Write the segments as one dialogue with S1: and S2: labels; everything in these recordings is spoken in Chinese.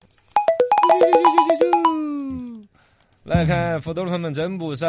S1: 哎来看福州的朋友们真不少。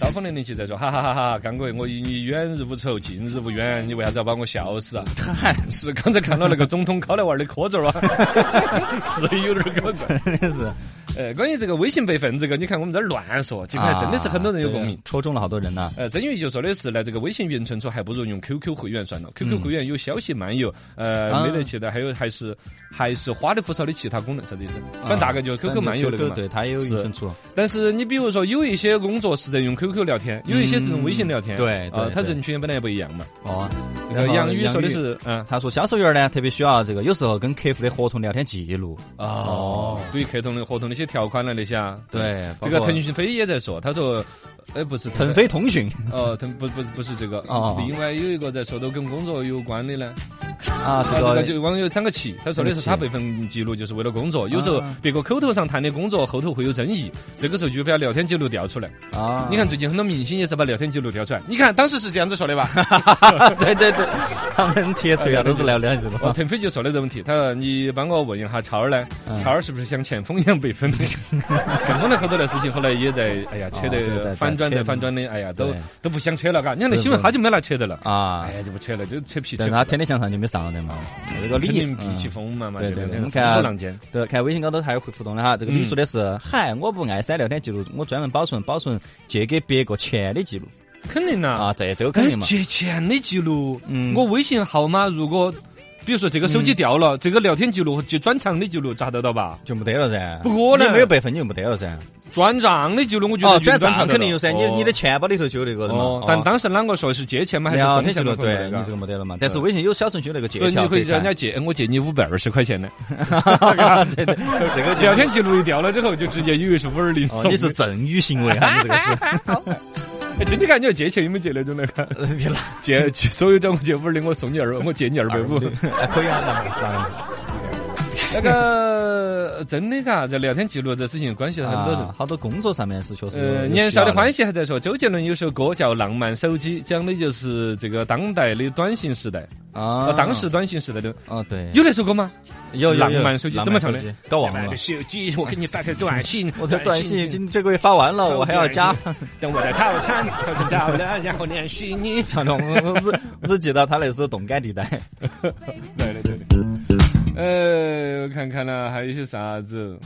S1: 刀锋零零七在说，哈哈哈哈！刚哥，我与你远日无仇，近日无冤，你为啥子要把我笑死 啊？
S2: 嗨，
S1: 是刚才看到那个总统考来玩的科儿啊，是有点搞怪。
S2: 真的是，
S1: 呃，关于这个微信备份这个，你看我们这儿乱说，这个还真的是很多人有共鸣
S2: 啊。对戳中了好多人呐。
S1: 呃，曾玉就说的是呢，这个微信云存储还不如用 QQ 会员算了，QQ 会员有消息漫游，呃，
S2: 嗯啊
S1: 没得其他，还有还是还是花里胡哨的其他功能，啥子意思？
S2: 啊
S1: 反正大概就是 QQ 漫游那
S2: 那
S1: 个嘛。
S2: 对，它也有云
S1: 是
S2: 存储。
S1: 但是你比如说，有一些工作是在用 QQ 聊天，有一些是用微信聊天，
S2: 嗯对对
S1: 呃，它
S2: 对
S1: 人群本来也不一样嘛。
S2: 哦，
S1: 这个
S2: 然后啊
S1: 杨宇说的。是，嗯，
S2: 他说，销售员呢特别需要这个，有时候跟客户的合同聊天记录，
S1: 哦，对于合同的合同那些条款了那些啊，
S2: 对
S1: 这个
S2: 包括
S1: 腾讯飞也在说，他说，呃，不是
S2: 腾，飞通讯
S1: 哦，腾不不不是这个，
S2: 哦
S1: 另外有一个在说都跟工作有关的呢，
S2: 啊，
S1: 啊，
S2: 这
S1: 这个
S2: 个
S1: 就网友长个气，他说的是他备份记录就是为了工作，有时候
S2: 啊
S1: 别个口头上谈的工作后头会有争议，这个时候就把聊天记录调出来。
S2: 啊，
S1: 你看最近很多明星也是把聊天记录调出来，你看当时是这样子说的吧？
S2: 看，对对对，他们铁锤啊都是聊聊记录。
S1: 哦，腾飞就说了这个问题，他说你帮我问一下超儿呢，
S2: 嗯
S1: 超儿是不是像前锋一样被分？ 前锋的后头的事情后来也在，哎呀，扯
S2: 哦这个
S1: 得
S2: 在
S1: 反转
S2: 在
S1: 再
S2: 扯
S1: 反转的，哎呀，都
S2: 对
S1: 都不想扯了，嘎，你看那新闻
S2: 对对
S1: 他就没来扯的了，
S2: 啊
S1: 哎，呀，就不扯了，就扯皮扯
S2: 但
S1: 皮
S2: 是他
S1: 了。
S2: 天天向上就没上的嘛，这个
S1: 肯
S2: 李
S1: 定避
S2: 嗯
S1: 起风嘛嘛，
S2: 对对
S1: 对
S2: 对
S1: 对，
S2: 我们
S1: 风
S2: 看
S1: 口浪尖。
S2: 对，看微信高头还有互动的哈，这个李
S1: 嗯
S2: 说的是，嗨，我不爱删聊天记录，我专门保存保存借给别个钱的记录
S1: 肯定呐
S2: 啊，，这这个肯定
S1: 哎
S2: 嘛，
S1: 借钱的记录，
S2: 嗯
S1: 我微信号码如果，比如说这个手机掉了，这个聊天记录和转账的记录查得到吧？
S2: 就没得了噻。
S1: 不可能
S2: 你没有备份你就没得了�噻。
S1: 转账的记录我觉
S2: 哦，
S1: 得
S2: 转
S1: 查得
S2: 账
S1: 到
S2: 肯定有噻，你
S1: 哦
S2: 你的钱包里头就有那个的嘛。
S1: 哦，但当时啷个说是借钱嘛，还是
S2: 聊
S1: 送
S2: 天记
S1: 钱
S2: 录
S1: 嘛？
S2: 对你这个没得了嘛，但是微信有小程序那个借
S1: 所以
S2: 条
S1: 你
S2: 可
S1: 可以
S2: 以
S1: 让人
S2: 看
S1: 家。借，哎我借你五百二十块钱呢。
S2: 对对，这个就
S1: 聊天记录一掉了之后，就直接以为是五二零
S2: 哦，
S1: 送。
S2: 你是赠与行为啊，你这个是。
S1: 哎真的感觉借钱有没有借那种的？
S2: 你拿
S1: 借借所有找我借五二零，我送你二，我借你二百五。
S2: 哎可以啊，拿拿
S1: 那个 真的嘎，这聊天记录这事情关系到很多人。
S2: 啊好多工作上面是确实 有。
S1: 呃，
S2: 有
S1: 年
S2: 需
S1: 少
S2: 要
S1: 的欢喜还在说，周杰伦有首歌叫《浪漫手机》，讲的就是这个当代的短信时代，
S2: 啊
S1: 呃，，当时短信时代的
S2: 啊对，
S1: 有那首歌吗？
S2: 有有
S1: 浪
S2: 有
S1: 漫手机
S2: 浪
S1: 怎么
S2: 漫
S1: 唱
S2: 手
S1: 的哎
S2: 机？搞忘了。
S1: 手机，我给你发条短信
S2: 我的短信已经这个月发完了，我还要 加。
S1: 等我的套餐套餐到了， 然后联系你。
S2: 强壮，我我只我只记得他那首《动感地带》
S1: 对对对对。呃，我看看啦，还有一些啥子？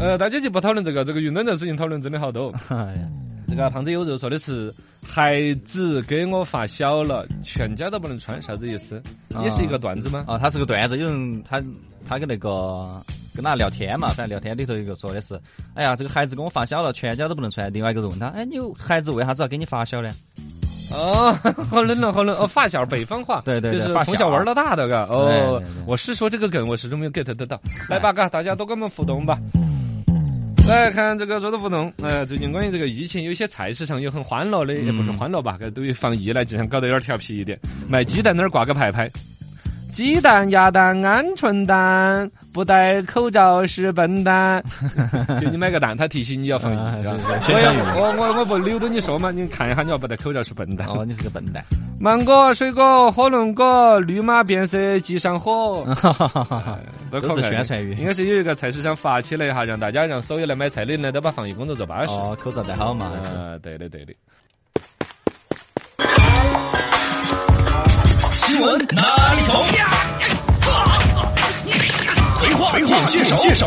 S1: 呃，大家就不讨论这个，这个云端这事情讨论真的好多。
S2: 哎呀。
S1: 这个胖子有肉说的是，孩子给我发小了，全家都不能穿，啥子意思？也是一个段子 吗？
S2: 啊，他是个段子，有人他他跟那个跟他聊天嘛，反正聊天里头一个说的是，哎呀，这个孩子给我发小了，全家都不能穿。另外一个人问他，哎，你有孩子为啥子要给你发小呢？
S1: 哦， 好冷了，好冷哦！发小，北方话，
S2: 对对对
S1: 就是
S2: 发
S1: 从
S2: 小
S1: 小玩到大的，嘎。
S2: 对
S1: 哦
S2: 对对，哎
S1: 我是说这个梗，我始终没有 get 得到。来吧，嘎，大家多跟我们互动吧。来看这个说的互动，呃，最近关于这个疫情，有些菜市场有很欢乐的，
S2: 嗯
S1: 也不是欢乐吧，对于防疫来讲，搞得有点调皮一点。卖鸡蛋那儿挂个牌牌，鸡蛋、鸭蛋、鹌鹑蛋，不戴口罩是笨 蛋。给你买个蛋，他提醒你要防
S2: 啊
S1: 疫。嘎
S2: 是是
S1: 我
S2: 宣
S1: 要
S2: 传语
S1: 我我我不溜着你说嘛，你看一下，你要不戴口罩是笨蛋。
S2: 哦，你是个笨 蛋。
S1: 芒果、水果、火龙果，绿码变色即上火，都
S2: 嗯都是宣传语
S1: 应该是有一个菜市场发起了一下，让大家让所有来买菜的人呢都把防疫工作做巴适。
S2: 哦，口罩戴好嘛，还是
S1: 啊，对的对的。
S3: 新闻哪里走？回话回话，血手血手。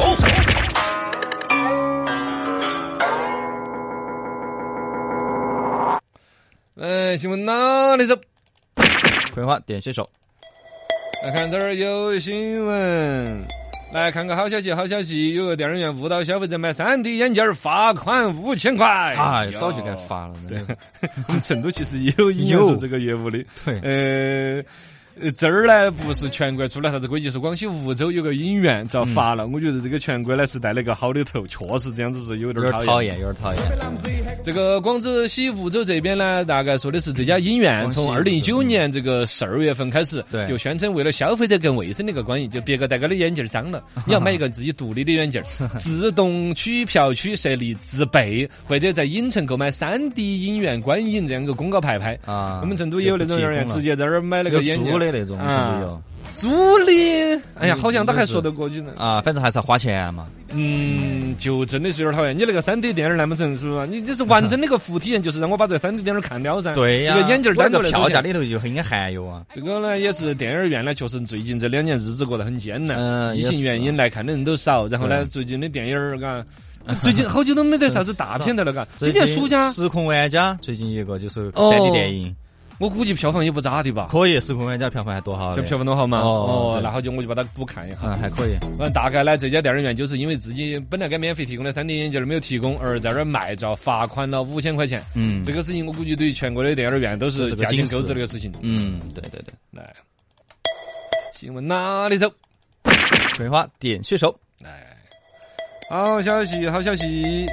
S1: 嗯，新闻哪里走？
S2: 葵花点穴手。
S1: 来看这儿有新闻，来看个好消息，好消息，有个电影院误导消费者买 3D 眼镜儿罚款五千块。
S2: 哎，
S1: 哟
S2: 早就该。发了。
S1: 对，我们 成都其实也有营养素
S2: 有
S1: 这个业务的。
S2: 对，
S1: 呃，呃这儿呢不是全国出了啥子规矩，是广西梧州有个影院遭罚
S2: 嗯
S1: 了。我觉得这个全国呢是带了个好的头，确实这样子是有
S2: 有
S1: 点
S2: 点
S1: 儿讨
S2: 讨
S1: 厌。
S2: 厌，有点讨厌。
S1: 这个广州西梧州这边呢，大概说的是这家影院
S2: 广西
S1: 从二零一九年这个十二月份开始，
S2: 对
S1: 就宣称为了消费者更卫生的一个关系，就别个戴个的眼镜儿 脏了，你要买一个自己独立的眼镜儿，自动取票区设立自备，或者在影城购买三 D 影院观影这样一个公告牌牌。
S2: 啊
S1: 我们成都也有那种人
S2: 就不
S1: 直
S2: 提供了
S1: 接在那儿买了个眼
S2: 有
S1: 镜
S2: 租的的嗯那种，是不是有？
S1: 租的，哎呀，好像他还说得过去呢。
S2: 啊，反正还是要花钱嘛。
S1: 嗯，就真的是有点讨厌。你那个三 D 电影难不成是吧？你这是完整的一个服体验，就是让我把这三 D 电影看 了噻。
S2: 对呀、
S1: 一个眼镜儿
S2: 我那
S1: 单独
S2: 个
S1: 的
S2: 票价
S1: 的。
S2: 里头就很应该含有啊。
S1: 这个呢，也是电影院呢，确实最近这两年日子过得很艰难，
S2: 嗯
S1: 疫情原因来看的人都少。然后呢，
S2: 对
S1: 最近的电影儿，嘎，最近好久都没得啥子大片的了， 嘎。今年暑假，
S2: 时空玩家最近一个就是
S1: 哦
S2: 三 D 电影，
S1: 我估计票房也不咋的吧。
S2: 可以，时空玩家票房还多好
S1: 这
S2: 的，
S1: 票房多好嘛？
S2: 哦
S1: 哦，
S2: 对
S1: 那好久我就把它补看一下。
S2: 嗯还可以。
S1: 嗯，大概呢，这家电影院就是因为自己本来该免费提供的 3D 眼镜儿没有提供，而在这儿卖照，罚款了五千块钱。
S2: 嗯，
S1: 这个事情，我估计对于全国的电影院都是加紧收拾那个事情。
S2: 嗯，对对对，
S1: 来，新闻哪里走？
S2: 葵花点穴手，
S1: 来，好消息，好消息！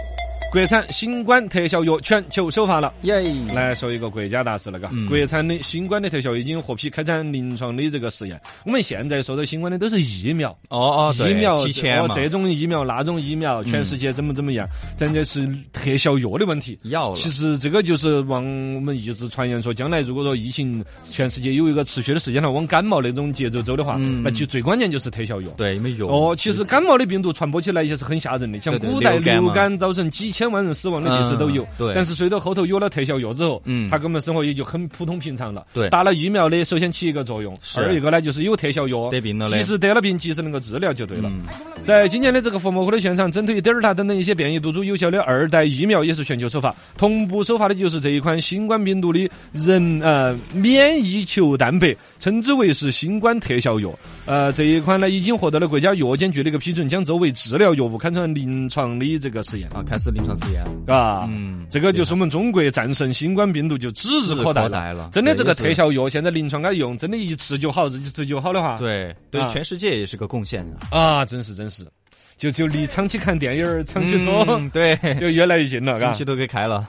S1: 国产新冠特效药全球首发了。
S2: 耶！
S1: 来说一个国家大事了，嘎、
S2: 嗯
S1: 国产的新冠的特效已经获批开展临床的这个试验。我们现在说的新冠的都是疫苗，
S2: 哦哦，对
S1: 疫苗
S2: 提前
S1: 哦
S2: 嘛，嗯
S1: 这种疫苗那种疫苗，全世界怎么怎么样，但这是特效药的问题。
S2: 要了，
S1: 其实这个就是往我们一直传言说，将来如果说疫情全世界有一个持续的时间了，往感冒那种节奏走的话，
S2: 嗯
S1: 那就最关键就是特效药。
S2: 对，没用。
S1: 哦，其实感冒的病毒传播起来也是很吓人的，像
S2: 对对
S1: 古代
S2: 流感
S1: 流
S2: 嘛
S1: 感造成几千万人死亡的历史都有
S2: 嗯。对
S1: 但是随着后头有了特效药之后，
S2: 嗯
S1: 他给我们生活也就很普通平常了。
S2: 对
S1: 打了疫苗的，首先起一个作用，
S2: 是
S1: 二一个呢就是有特效药，
S2: 得病了嘞
S1: 及时得了病，及时能够治疗就对了。
S2: 嗯
S1: 在今年的这个伏魔科的现场，针对德尔塔等等一些变异毒株有效的二代疫苗也是全球首发，同步首发的就是这一款新冠病毒的人呃免疫球蛋白，称之为是新冠特效药。呃，这一款呢已经获得了国家药监局的一个批准，将作为治疗药物开展临床的这个实验
S2: 啊，开始临床试验。
S1: 啊。
S2: 嗯，
S1: 这个就是我们中国战胜新冠病毒就指日可待
S2: 指日可待了
S1: 真的，这个
S2: 对也
S1: 特
S2: 是
S1: 效药现在临床该用，真的一次就好，一次就好的话，
S2: 对对
S1: 啊，
S2: 全世界也是个贡献 啊。
S1: 啊，真是真是，就就离长期看电影儿、长期坐。
S2: 嗯对，
S1: 就越来越近了，嘎
S2: 近。期都给开了。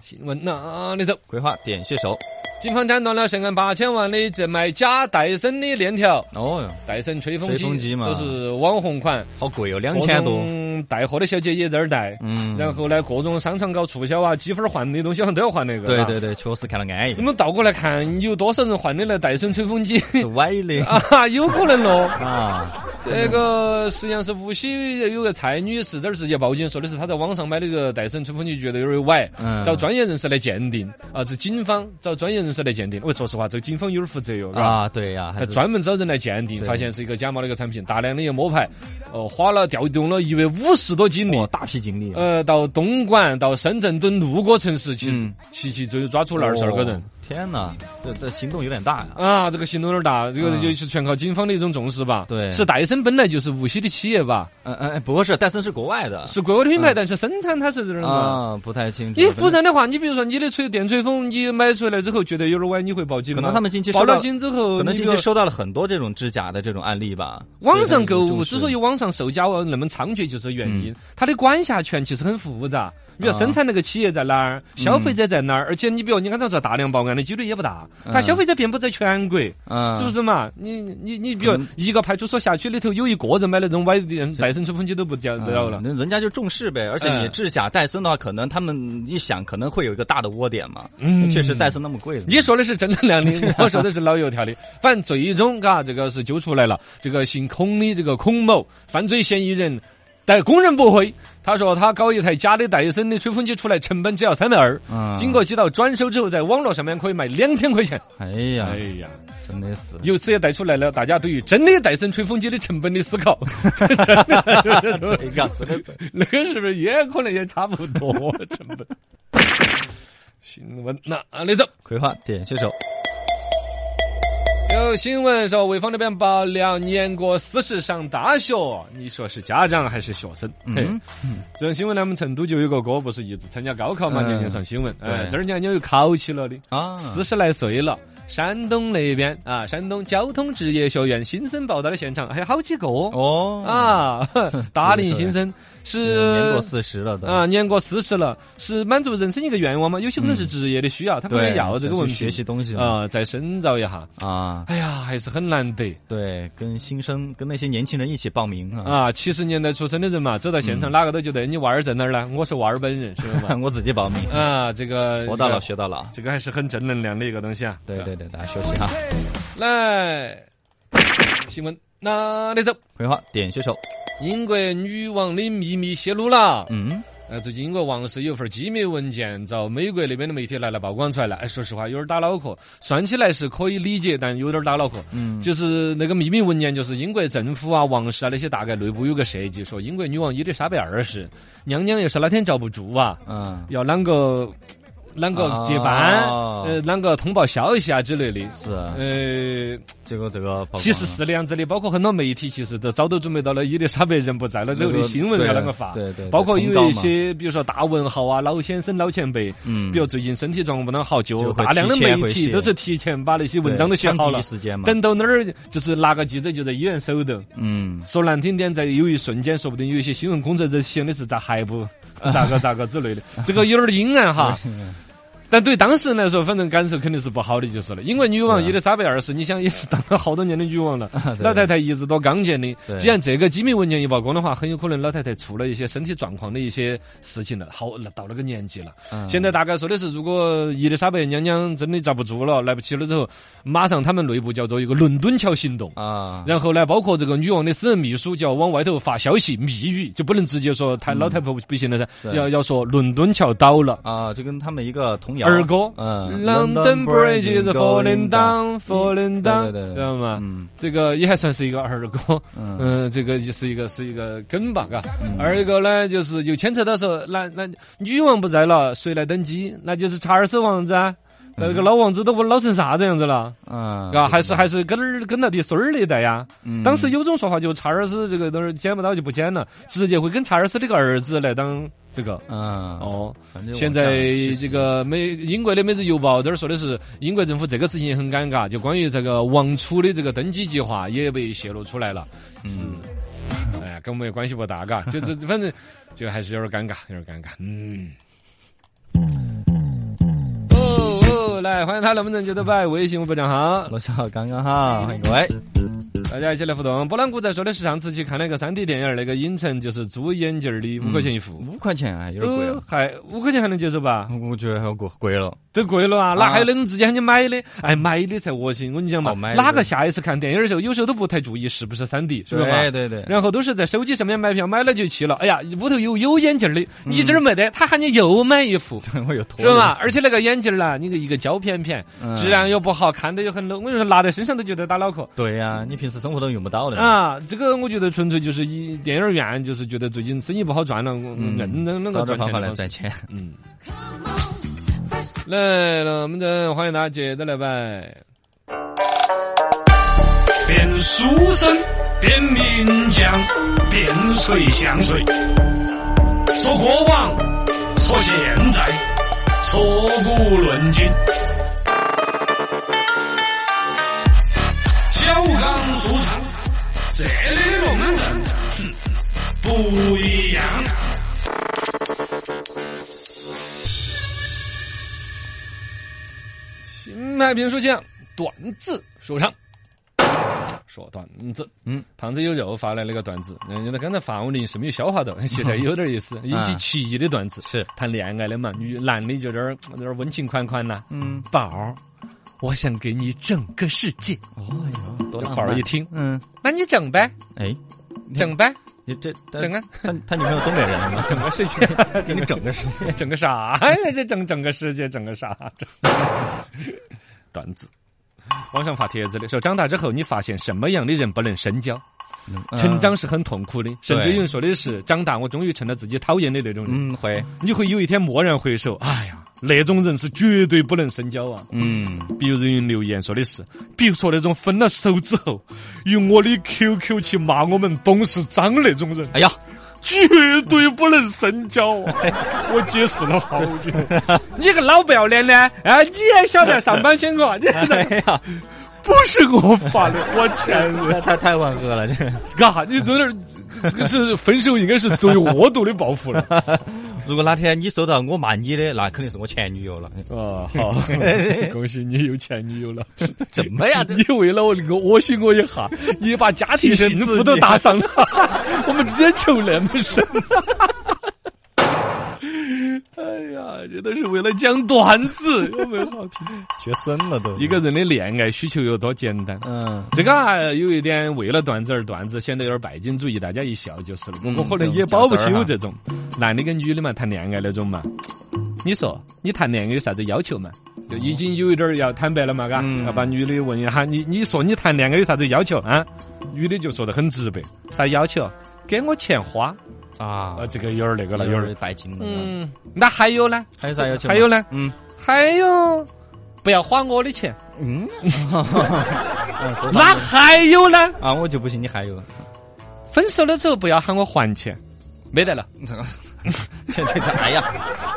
S1: 新闻哪里走？
S2: 葵花点穴手，
S1: 警方斩断了涉案八千万的这卖假戴森的链条，
S2: 哦哟，
S1: 戴森吹风机，
S2: 吹风机嘛
S1: 都是网红款，
S2: 好贵哦，两千多。，
S1: 带货的小姐也在那儿带。
S2: 嗯，
S1: 然后呢，各种商场搞促销啊，积分换的东西好像都要换那个。
S2: 对
S1: 啊。
S2: 对对，确实看了安逸
S1: 我，们倒过来看，有多少人换的那戴森吹风机？
S2: 是歪的
S1: 啊，有可能咯。
S2: 啊。
S1: 这个实际上是无锡有个蔡女士，这儿直接报警，说的是她在网上买了一个戴森吹风机，觉得有点歪，
S2: 嗯
S1: 找专业人士来鉴定啊，是警方找专业人士来鉴定。我说实话，这个警方有点负责哟，嘎。
S2: 啊，对呀、还
S1: 还
S2: 是
S1: 专门找人来鉴定，
S2: 对
S1: 发现是一个假冒的一个产品，大量的一摸排，哦、花了调动了一百五十多警力，
S2: 我大批精力，啊
S1: 呃，到东莞、到深圳等六个城市，其
S2: 嗯
S1: 其其最后抓住了二十二个人
S2: 哦。天哪，这这行动有点大呀、
S1: 啊，这个行动有点大，这个
S2: 嗯
S1: 就是全靠警方的一种重视吧。
S2: 对
S1: 是戴森本来就是无锡的企业吧，
S2: 嗯嗯，嗯不是，戴森是国外的
S1: 是国外的品牌，但是生产它是这种的。
S2: 啊，不太清楚。
S1: 你不然的话，你比如说你的吹电吹风，你买出来之后觉得有点歪，你会报警吗？
S2: 可能他们近期
S1: 报
S2: 收到
S1: 了警之后，
S2: 可能
S1: 你
S2: 近
S1: 比
S2: 期
S1: 如
S2: 收到了很多这种制假的这种案例吧。
S1: 网上购物之
S2: 之
S1: 所以网上售假那么猖獗，就是原因，它的管辖权其实很复杂。比如
S2: 嗯啊嗯
S1: 生产那个企业在哪儿，消费者在哪儿，而且你比如你刚才说大量报案的几率也不大，但
S2: 嗯
S1: 消费者遍布在全国，
S2: 嗯，
S1: 是不
S2: 是？
S1: 是嘛？你你你，比如
S2: 可能
S1: 一个派出所辖区里头有一个人买那种歪的戴森吹风机都不叫
S2: 啊
S1: 不要了。
S2: 嗯那人家就重视呗，而且
S1: 嗯
S2: 你制假戴森的话，可能他们一想，可能会有一个大的窝点嘛。
S1: 嗯
S2: 确实戴森那么贵的，
S1: 你说的是正能量 的，我说的是老油条的。反正最终，嘎，这个是揪出来了。这个姓孔的这个孔某犯罪嫌疑人，但公认不讳。他说他搞一台假的戴森的吹风机出来，成本只要三百二。
S2: 嗯
S1: 经过几道转手之后，在网络上面可以卖两千块钱。
S2: 哎呀，
S1: 呀，
S2: 真的是。
S1: 由此也带出来了大家对于真的戴森吹风机的成本的思考。真的，
S2: 哎呀，真的是
S1: 那个是不是也可能也差不多 成本？新闻哪里走？
S2: 葵花点穴手，
S1: 有新闻说，潍坊那边爆料年过四十上大学，你说是家长还是学生？嘿
S2: 嗯，
S1: 这种新闻呢，我们成都就有个哥不是一直参加高考嘛，
S2: 嗯
S1: 年年上新闻。哎，
S2: 对
S1: 这儿年年又考起了的，
S2: 啊，
S1: 四十来岁了。山东那边啊，山东交通职业学院新生报道的现场，还有好几个
S2: 哦，
S1: 啊，大龄新生
S2: 年
S1: 是
S2: 过。四十了都
S1: 啊，，年过四十了，是满足人生一个愿望吗？有些可能是
S2: 嗯
S1: 职业的需要，他们
S2: 对，
S1: 也要这个
S2: 想
S1: 文
S2: 去
S1: 凭
S2: 学习东西嘛
S1: 啊，再深造一下。
S2: 啊，
S1: 哎呀，还是很难得。
S2: 对，跟新生跟那些年轻人一起报名啊，嗯
S1: 啊，七十年代出生的人嘛，走到现场，哪个都觉得你娃儿在哪儿呢？我是娃儿本 人，是吧？
S2: 我自己报名，
S1: 啊，这个
S2: 活到老
S1: 这个
S2: 学到老，
S1: 这个还是很正能量的一个东西啊。
S2: 对对对对，大家学习哈。
S1: 来，新闻哪里走？
S2: 葵花点穴手，
S1: 英国女王的秘密泄露了。
S2: 嗯，
S1: 呃，最近英国王室有份机密文件遭美国那边的媒体拿来曝光出来了。哎，说实话，有点打脑壳，算起来是可以理解，但有点打脑壳。
S2: 嗯
S1: 就是那个秘密文件，就是英国政府啊、王室啊那些大概内部有个设计，说英国女王伊丽莎白二世娘娘要是哪天遭不住啊，
S2: 嗯，
S1: 要啷个啷个接班，
S2: 哦
S1: 呃，啷个通报消息啊之类的。
S2: 是
S1: 呃，
S2: 这个这个曝啊光了，
S1: 其实是那样子的，包括很多媒体其实都早都准备到了伊丽莎白人不在了之后的新闻要啊啷个发，
S2: 对对，对
S1: 包括
S2: 通
S1: 有
S2: 告
S1: 一
S2: 嘛，
S1: 些比如说大文豪啊、老先生、老前辈，
S2: 嗯，
S1: 比如最近身体状况不啷好，就
S2: 就会
S1: 大量的
S2: 提前
S1: 媒
S2: 会
S1: 体
S2: 写
S1: 都是提前把那些文章都写
S2: 抢
S1: 好
S2: 第
S1: 了
S2: 一，时间嘛，
S1: 等到哪儿就是拿个记者就在医院手头。
S2: 嗯，
S1: 说难听点，在有一瞬间，说不定有一些新闻工作者想的是咋还 不咋个咋个之类的，这个有点阴暗哈。但对当事人来说，反正感受肯定是不好的，就是了。因为女王
S2: 是啊
S1: 伊丽莎白二世，你想也是当了好多年的女王了，
S2: 对
S1: 老太太一直多刚健的。
S2: 对
S1: 既然这个机密文件一曝光的话，很有可能老太太出了一些身体状况的一些事情了，好到那个年纪了。
S2: 嗯
S1: 现在大概说的是，如果伊丽莎白娘娘真的遭不住了，来不起了之后，马上他们内部叫做一个伦敦桥行动。
S2: 啊，
S1: 然后呢，包括这个女王的私人秘书就要往外头发消息密语，就不能直接说太老太婆不行了噻，
S2: 嗯对
S1: 要要说伦敦桥倒了。
S2: 啊，就跟他们一个童谣
S1: 儿歌
S2: 嗯
S1: London Bridge is falling down,
S2: down，
S1: falling down，
S2: 对对对对
S1: 知道吗？
S2: 嗯
S1: 这个也还算是一个儿歌，
S2: 嗯
S1: 嗯，这个也是一个是一个梗吧，嘎。二一个呢，就是又牵扯到说，那那女王不在了，谁来登基？那就是查尔斯王子啊，那个老王子都不老成啥子样子了，
S2: 嗯，
S1: 嘎，啊还是还是跟儿跟到的孙儿那代呀。
S2: 嗯
S1: 当时有种说法，就查尔斯这个都是捡不到就不捡了，直接会跟查尔斯这个儿子来当这个。
S2: 嗯
S1: 哦，
S2: 反正
S1: 现
S2: 往上
S1: 在
S2: 去
S1: 这
S2: 试
S1: 个美英国的《每日邮报》这儿说的是，英国政府这个事情也很尴尬，就关于这个王储的这个登基计划也被泄露出来了。
S2: 嗯
S1: 哎呀，跟我们也关系不大，嘎，就这反正就还是有点尴尬，有点尴尬。嗯。哦哦，来，欢迎他能不能接着摆微信我不讲哈。
S2: 罗小刚刚好，欢迎各位。
S1: 大家一起来互动。波浪鼓在说的是上次去看了一个三 D 电影儿，那个影城就是租眼镜儿的，五块钱一副，
S2: 五块钱啊，有点贵
S1: 都
S2: 了，
S1: 还五块钱还能接受吧？
S2: 我觉得还贵贵了。
S1: 都贵了啊！
S2: 啊
S1: 哪还有那种自己喊你买的？哎，买的才恶心。我跟你讲嘛
S2: 哦，买的
S1: 哪个下一次看电影儿的时候，有时候都不太注意是不是三 D，是不是嘛？
S2: 对对对，
S1: 然后都是在手机上面买票，买了就去了。哎呀，屋头有有眼镜儿的，
S2: 嗯
S1: 你这儿没得，他喊你又买一副，
S2: 我又脱
S1: 是吧？？而且那个眼镜儿啦，你个一个胶片片，
S2: 嗯
S1: 质量又不好，看的又很 low，我跟你说，拿在身上都觉得打脑壳。
S2: 对呀，你平时生活都用不到的。
S1: 啊，这个我觉得纯粹就是一电影院，就是觉得最近生意不好赚了，我
S2: 嗯，
S1: 认真能够
S2: 找
S1: 赚
S2: 点
S1: 钱
S2: 方
S1: 的
S2: 法来
S1: 方式
S2: 赚。钱。
S1: 嗯。来了，我们这欢迎大家接着来呗。
S3: 变书生，变名将，变谁像谁？说过往，说现在，说古论今。小刚书场，这里的龙门阵哼不一样。
S1: 新派评书讲段子说唱，说段子。
S2: 嗯，
S1: 胖子有肉发来了个段子，嗯，因为刚才发我临时没有消化到，其 实有点意思，引起歧义的段子。
S2: 是，
S1: 谈恋爱的嘛，女男的就有点儿有点儿温情款款呐。
S2: 嗯，
S1: 宝儿，我想给你整个世界。
S2: 哦哟，多浪
S1: 宝儿
S2: 漫
S1: 一。听，
S2: 嗯，
S1: 那你整呗，
S2: 哎，
S1: 整呗，
S2: 你这他
S1: 整啊，
S2: 他他女朋友东北人 吗？
S1: 整个世界，
S2: 给你整个世 界。
S1: 整个啥哎呀？这整整个世界，整个啥？整 段子。网上发帖子的说，长大之后你发现什么样的人不能深交？
S2: 嗯
S1: 成长是很痛苦的，甚至有人说的是，长大我终于成了自己讨厌的那种人。
S2: 嗯，嗯会，
S1: 你会有一天蓦然回首，哎呀，那种人是绝对不能深交啊。
S2: 嗯，
S1: 比如有人留言说的是，比如说那种分了手之后，用我的 QQ 去骂我们董事长那种人，
S2: 哎呀，
S1: 绝对不能深交 啊！我解释了好久，你个老不要脸的，啊，你也晓得上班选我，你
S2: 哎呀，
S1: 不是我发的，我前任，
S2: 他他太温和了，这
S1: 嘎，你有点这个是分手应该是最恶毒的报复了。
S2: 如果哪天你收到我骂你的，那肯定是我前女 友了。
S1: 啊，好， 恭喜你有前女友了。
S2: 怎么呀？这
S1: 你为了我能够恶心我一下，你把家庭幸福都搭上了， 我们之间仇那么深。哎呀，真的是为了讲段子，有没有好评？
S2: 学深了都。
S1: 一个，人的恋爱需求有多简单？
S2: 嗯，
S1: 这个还有一点为了段子而段子，显得有点拜金主义，大家一笑就是了。
S2: 嗯
S1: 我可能也
S2: 这
S1: 保
S2: 种
S1: 不
S2: 夹子儿
S1: 起
S2: 哈
S1: 这种男的跟女的嘛，谈恋爱那种嘛。你说你谈恋爱有啥子要求嘛？就已经有一点儿要坦白了嘛，嘎、
S2: 嗯
S1: 要把女的问一下，你你说你谈恋爱有啥子要求啊？女的就说得很直白，啥要求？给我钱花
S2: 啊
S1: 啊，，这个有点儿那个了，有点儿。
S2: 拜金了。嗯，
S1: 嗯，那还有呢？
S2: 还有啥要求？
S1: 还有，呢？
S2: 嗯
S1: 还有，不要花我的钱。
S2: 嗯，
S1: 那还有呢？
S2: 啊，我就不信你还有
S1: 分手了之后不要喊我还钱，没得了。
S2: 这个， 这这这，哎呀，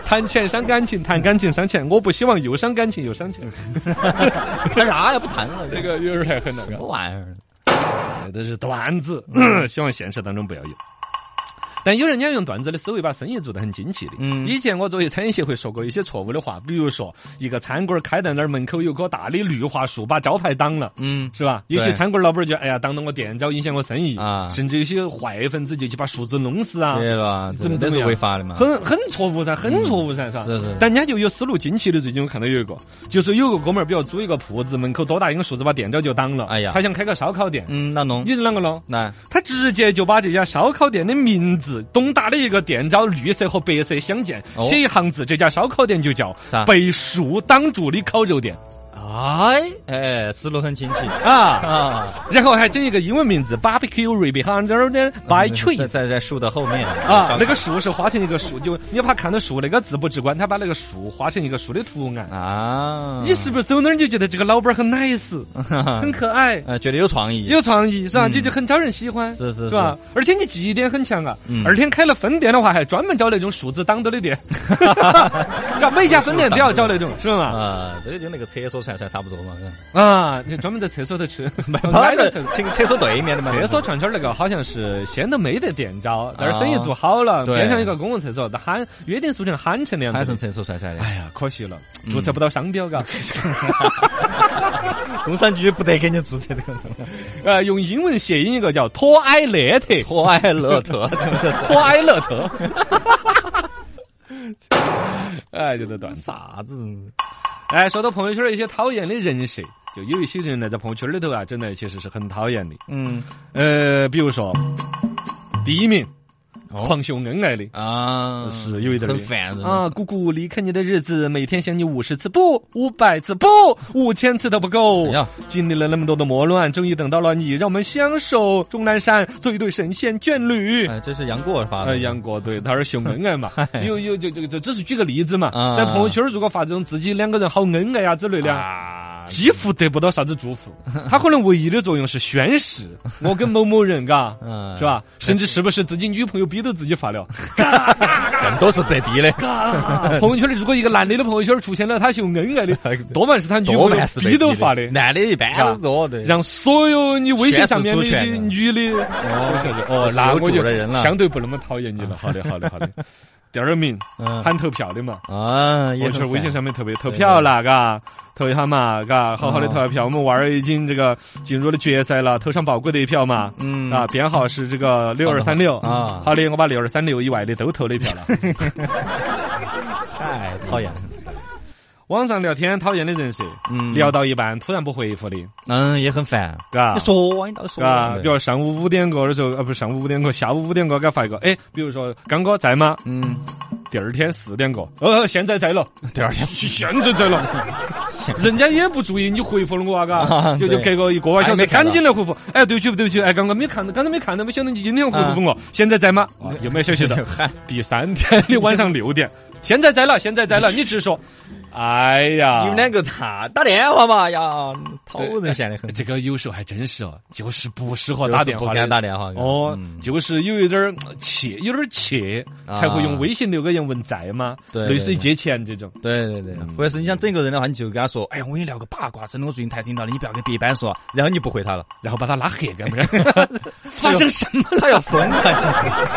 S1: 谈钱伤感情，谈感情伤钱，我不希望又伤感情又伤钱。
S2: 嗯谈啥呀？不谈了，
S1: 这
S2: 这
S1: 个有点太狠了
S2: 什，么玩意儿？
S1: 这是段子，嗯希望现实当中不要有。但有人家用段子的思维把生意做得很精细的。
S2: 嗯
S1: 以前我作为餐饮协会说过一些错误的话，比如说一个餐馆开在那儿门口有棵大的绿化树，把招牌挡了。
S2: 嗯，
S1: 是吧？有些
S2: 对
S1: 餐馆老板就哎呀，挡到我店招，影响我生意
S2: 啊
S1: 甚至有些坏分子就去把树枝弄死啊，
S2: 对了，
S1: 怎么怎
S2: 这
S1: 么
S2: 是
S1: 样
S2: 违法的嘛？
S1: 很很错误噻，很错误噻，是吧？
S2: 是是
S1: 但人家就有思路精奇的。最近我看到有一个，就是有个哥们儿，比如租一个铺子，门口多大一根树枝把店招就挡了。
S2: 哎呀
S1: 他想开个烧烤店，
S2: 嗯，那弄
S1: 你是啷个弄？
S2: 那
S1: 他直接就把这家烧烤店的名字，东大的一个店招绿色和白色相间，
S2: 哦
S1: 写一行字，这家烧烤店就叫
S2: 啥
S1: 被树挡住的烤肉店
S2: 哎哎，思路很清晰
S1: 啊。
S2: 啊！
S1: 然后还整一个英文名字 Barbecue Rib Behind the By Tree
S2: 嗯在。在在树的后面
S1: 啊，那
S2: 个
S1: 个树是画成一个树，就你怕看到树那个字不直观，他把那个树画成一个树的图案。
S2: 啊，
S1: 你是不是走哪儿就觉得这个老板很 nice，很可爱？
S2: 呃觉得有创意，
S1: 有创意是吧？
S2: 嗯
S1: 这就很招人喜欢，
S2: 是是
S1: 是吧？而且你记忆点很强啊
S2: 嗯！
S1: 二天开了分店的话，还专门找那种数字挡到的 店，啊每家分店都要找那种，是吧？
S2: 啊，这个就那个厕所串串差不多 嘛，
S1: 啊，就专门在厕所头 吃，挨着厕所
S2: 请厕所对面的嘛，
S1: 厕所串圈儿那个好像是先都没得店招，但是生意做好了，
S2: 对
S1: 边上有个公共厕所，那喊约定俗成喊成那样
S2: 还
S1: 子
S2: 是
S1: 的。
S2: 厕所串串的，
S1: 哎呀，可惜了，嗯注册不到商标，嘎。
S2: 工商嗯局不得给你注册这个什么
S1: 呃，用英文谐音一个叫托埃勒特，
S2: 托爱乐特，什么的
S1: 托埃勒特。 哎，就这段。
S2: 啥子？
S1: 哎，说到朋友圈儿一些讨厌的人设，就有一些人呢，在朋友圈儿里头啊，真的其实是很讨厌的。
S2: 嗯
S1: 呃，比如说第一名，
S2: 哦嗯
S1: 狂秀恩爱的。
S2: 啊，
S1: 是有一点儿
S2: 很烦人
S1: 啊，姑姑离开你的日子，每天想你五十次不，五百次不，五千次都不够。
S2: 哎呀
S1: 经历了那么多的磨乱，终于等到了你，让我们相守终南山，做一对神仙眷侣。
S2: 哎，这是杨过发
S1: 呃，
S2: 的，
S1: 杨过 对，他是秀恩爱嘛，有有就就这只是举个例子嘛，
S2: 哎啊
S1: 在朋友圈儿如果发这种自己两个人好恩爱啊之类的啊。
S2: 啊，
S1: 几乎得不到啥子 祝福，他可能唯一的作用是宣誓，我跟某某人，嘎，
S2: 嗯
S1: 是吧？甚至是不是自己女朋友逼都自己发 了？
S2: 更多是被逼 的，
S1: 啊朋友圈里如果一个男的的朋友圈出现了他秀恩 爱的，多半是他女朋
S2: 多
S1: 友
S2: 半是被
S1: 逼
S2: 逼
S1: 都发的，
S2: 男的一般都是多的，
S1: 让所有你微信上面的一些
S2: 宣誓主
S1: 女的都晓得哦，
S2: 是
S1: 那
S2: 有
S1: 我
S2: 主
S1: 就
S2: 的人了
S1: 相对不那么讨厌你了。好的，好的，好的。第二名
S2: 嗯
S1: 喊投票的嘛，
S2: 啊，也
S1: 我去
S2: 很
S1: 微信
S2: 烦
S1: 上面投别投票啦，嘎，投一下嘛，嘎，好好的
S2: 哦
S1: 投下票。我们娃儿已经这个进入了决赛了，投上宝贵的一票嘛。
S2: 嗯
S1: 啊，编号是这个六二三六
S2: 啊
S1: 好的，我把六二三六以外的都投了一票 了。
S2: 太讨厌了。
S1: 网上聊天讨厌的人设，
S2: 嗯
S1: 聊到一半突然不回复的，
S2: 嗯，也很烦。
S1: 嘎
S2: 你。 说啊，你到底说
S1: 啊，比
S2: 对
S1: 如上午五点过的时候，啊，不是上午五点过，下午五点过给他发一个，哎，比如说刚哥在吗？
S2: 嗯，
S1: 第二天四点过，呃，现在在了。第二天现在在了， 人家也不注意你回复了我啊，嘎，
S2: 啊
S1: 就就
S2: 对
S1: 隔个一个把小
S2: 还
S1: 时，
S2: 没看
S1: 赶
S2: 到
S1: 紧来回复。哎，对不起，对不起，哎，刚刚没看到，刚才没看到，没想到你今天回复我，现在在吗？哇有没有消息 的？
S2: 嗨，
S1: 第三天的晚上六 点，现在在了，现在在了，你直说。哎呀，
S2: 你们两个打打电话嘛呀，讨人嫌的很。
S1: 这个有时候还真是哦，就是不适合
S2: 就是
S1: 打电
S2: 不
S1: 话
S2: 敢
S1: 的。
S2: 打电话
S1: 哦
S2: 嗯，
S1: 就是有一点儿呃怯，有点儿怯，
S2: 啊
S1: 才会用微信留个言问在吗？
S2: 对
S1: 类似于
S2: 对对
S1: 借钱这种。
S2: 对对对，或者是你想整个人的话，你就跟他说，哎呀，我跟你聊个八卦，真的，我最近太听到了，你不要跟别班说，然后你不回他了，
S1: 然后把他拉黑，干不然发生什么？
S2: 他 要疯了。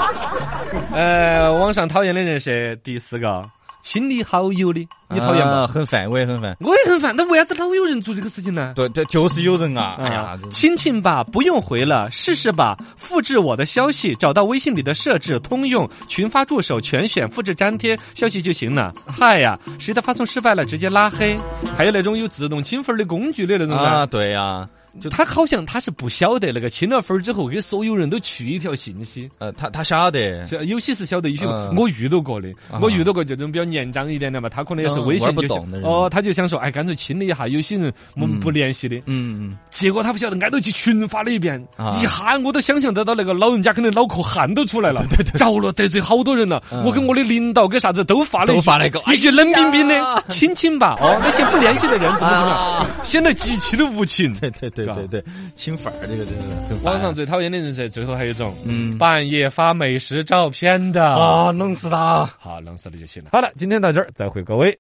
S1: 呃，网上讨厌的人是第四个。亲的好友的，你讨厌吗？
S2: 啊很烦，我也很烦。
S1: 我也很烦，那为啥子老有人做这个事情呢？
S2: 对对，就是有人啊，哎呀
S1: 啊，，亲亲吧，不用回了，试试吧。复制我的消息，找到微信里的设置，通用群发助手全选，复制粘贴消息就行了。嗨呀，谁的发送失败了，直接拉黑。还有那种有自动清分儿的工具的那种
S2: 啊，
S1: 啊，
S2: 对呀，
S1: 就他好像他是不晓得那个清了分儿之后，给所有人都去一条信息。
S2: 呃，他他晓得，
S1: 是有些是晓得，有些
S2: 嗯
S1: 我遇到过的，
S2: 啊
S1: 我遇到过这种比较年长一点的嘛，他可能也是
S2: 嗯
S1: 微信
S2: 玩不
S1: 就
S2: 懂的
S1: 想
S2: 人
S1: 哦，他就想说，哎，干脆清理一下，有些人我们
S2: 嗯
S1: 不联系的，
S2: 嗯，嗯
S1: 结果他不晓得挨到去群发了一遍，
S2: 啊
S1: 一哈我都想象得到那个老人家可能脑壳汗都出来了，对对着了得罪好多人了。
S2: 嗯
S1: 我跟我的领导跟啥子都发了一
S2: 都
S1: 句
S2: 发了一个
S1: 一句冷冰冰
S2: 哎呀
S1: 的“亲亲吧”， 哦，那些不联系的人怎么怎么
S2: 啊
S1: 样，显得极其的无情。
S2: 对对对对对，清粉儿这个真是很烦
S1: 网上最讨厌的人是最后还有一种
S2: 嗯
S1: 半夜发美食照片的，
S2: 啊，弄死他。
S1: 好，冷死了就行了。好了，今天到这儿，再会各位。